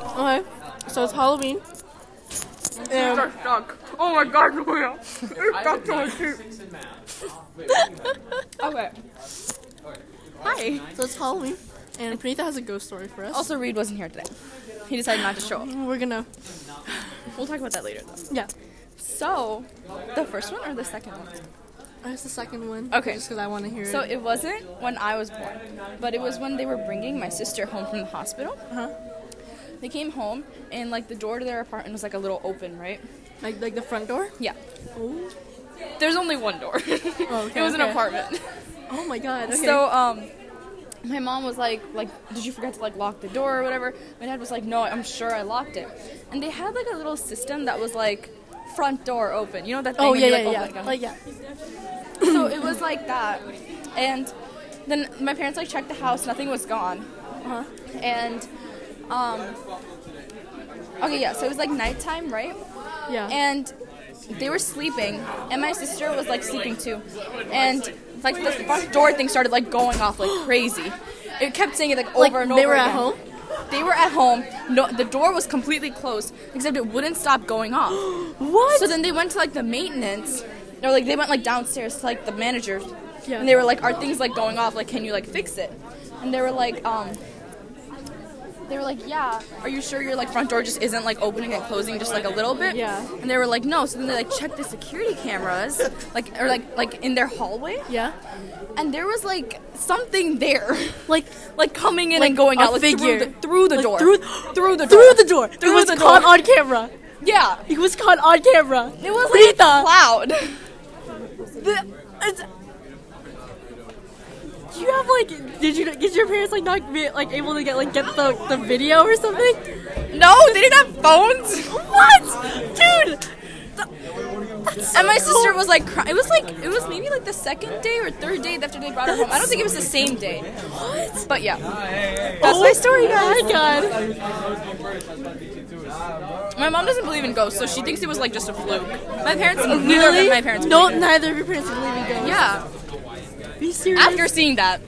Okay, so it's Halloween. Um, These And are stuck. Oh my god, Julia. It's stuck to my teeth. Okay. Hi. so it's Halloween. And Pranitha has a ghost story for us. Also, Reed wasn't here today. He decided not to show up. We're gonna, We'll talk about that later, though. yeah. So, the first one or the second one? That's the second one. Okay. Just because I want to hear So it. it wasn't when I was born, but it was when they were bringing my sister home from the hospital. Uh-huh. They came home and like the door to their apartment was like a little open, right? Like, like the front door? Yeah. Oh, There's only one door. okay, it was an okay. apartment. oh my god. Okay. So um my mom was like like did you forget to like lock the door or whatever? My dad was like no, I'm sure I locked it. And they had like a little system that was like front door open. You know that thing oh, where yeah, you, yeah, like, yeah. open it? Like, yeah. so it was like that and then my parents like checked the house nothing was gone Uh-huh. and um okay yeah so it was like nighttime right Yeah. and they were sleeping and my sister was like sleeping too and like the front door thing started like going off like crazy it kept saying it like over Like, and over they were at again. home? they were at home no the door was completely closed except it wouldn't stop going off what? so then they went to like the maintenance, or like they went like downstairs to like the manager, Yeah. and they were like, "Are things like going off? Like, can you like fix it?" And they were like, um, they were like, "Yeah, are you sure your like front door just isn't like opening and closing just like a little bit?" Yeah. And they were like, "No." So then they like checked the security cameras, like or like like in their hallway, yeah. and there was like something there, Like, like coming in Like and going a out, like figure. through the, through the Like, door, through- through the door, through the door. Through it was the caught door. on camera. yeah. It was caught on camera. It was like a Pranitha. cloud. The, it's, do you have like? Did you? Did your parents like not be, like able to get like get the, the video or something? No, they didn't have phones. What, dude? And my sister was like, cry- it was like, it was maybe like the second day or third day after they brought her home. I don't think it was the same day. What? But yeah, that's my story, guys. Oh, My God. My mom doesn't believe in ghosts, so she thinks it was like just a fluke. My parents, neither of Really? my parents. No, believe in neither of your parents are leaving. it. Go. Yeah. Be serious. After seeing that,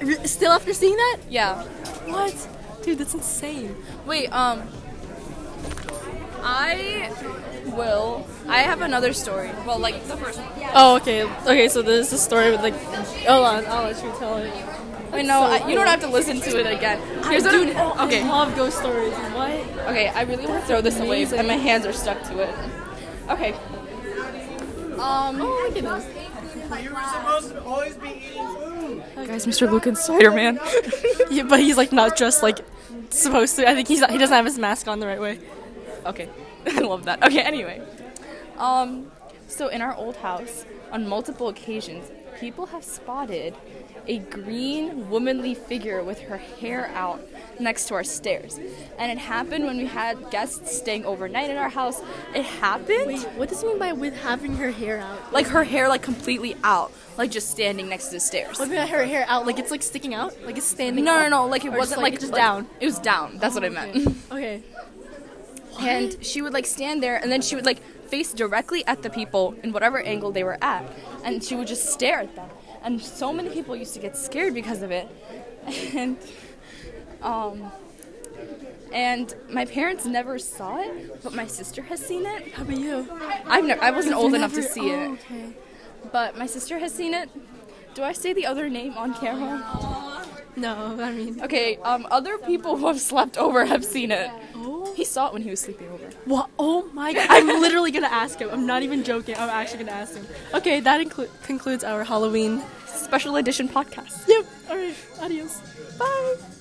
Re- still after seeing that? yeah. What? Dude, that's insane. Wait, um, I will. I have another story. Well, like the first one. Oh, okay. Okay, so there's a story with like. Hold on, I'll let you tell it. Wait, no, So I, you don't have to listen to it again. Here's what Dude, I'm- I okay, love ghost stories. What? okay, I really want to throw this away, amazing. and my hands are stuck to it. Okay. Um, Oh, look at this. You were supposed to always be eating food. guys, Mr. Luke and Spider-Man. Yeah, but he's like not dressed like supposed to. I think he's he doesn't have his mask on the right way. okay, I love that. Okay, anyway, um, so in our old house, on multiple occasions, people have spotted a green womanly figure with her hair out next to our stairs, and it happened when we had guests staying overnight at our house. It happened. what does he mean by with having her hair out? like her hair like completely out, like just standing next to the stairs. What do you mean by her hair out? Like it's like sticking out? Like it's standing? No, no, up? no! Like it Or wasn't like, it's just like- down. It was down. That's what I meant. Okay. And she would like stand there, and then she would like face directly at the people in whatever angle they were at, and she would just stare at them. And so many people used to get scared because of it. And um, and my parents never saw it, but my sister has seen it. How about you? I've never. I wasn't old enough to see oh, it. Okay. but my sister has seen it. Do I say the other name on camera? No, I mean. Okay, um, other people who have slept over have seen it. Oh. He saw it when he was sleeping over. Wha Oh my god! I'm literally gonna ask him. I'm not even joking. I'm actually gonna ask him. Okay, that inclu- concludes our Halloween. Special edition podcast. Yep. All right. Adios. Bye.